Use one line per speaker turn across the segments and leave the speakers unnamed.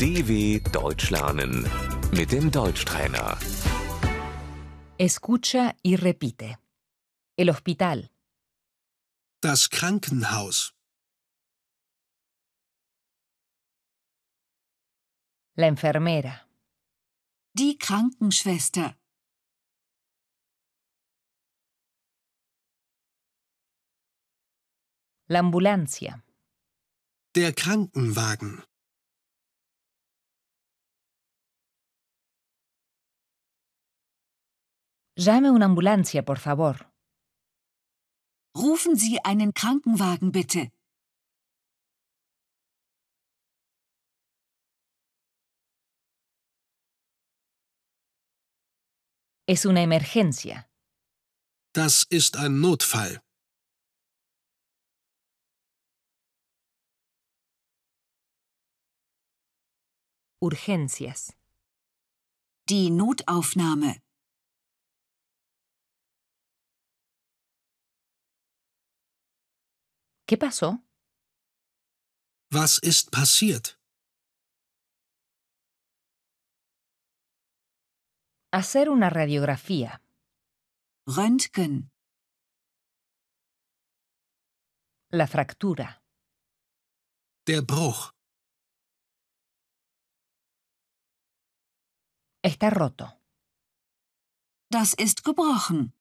DW Deutsch lernen mit dem Deutschtrainer.
Escucha y repite. El hospital,
Das Krankenhaus.
la enfermera,
Die Krankenschwester.
la ambulancia,
Der Krankenwagen.
llame una ambulancia, por favor.
Rufen Sie einen Krankenwagen bitte.
Es una emergencia,
Das ist ein Notfall.
urgencias,
Die Notaufnahme.
¿Qué pasó?
Was ist passiert?
Hacer una radiografía,
Röntgen.
la fractura,
Der Bruch.
está roto.
Das ist gebrochen.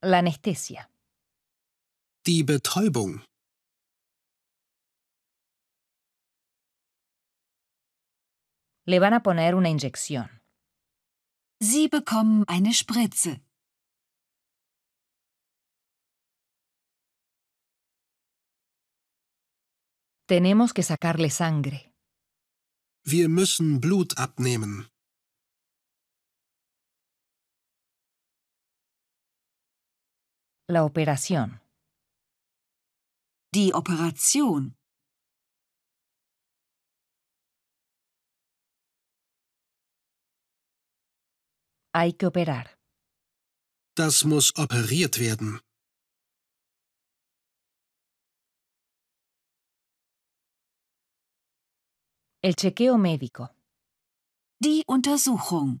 La anestesia,
Die Betäubung.
le van a poner una inyección,
Sie bekommen eine Spritze.
tenemos que sacarle sangre,
Wir müssen Blut abnehmen.
la operación,
Die Operation.
hay que operar.
Das muss operiert werden.
El chequeo médico,
Die Untersuchung.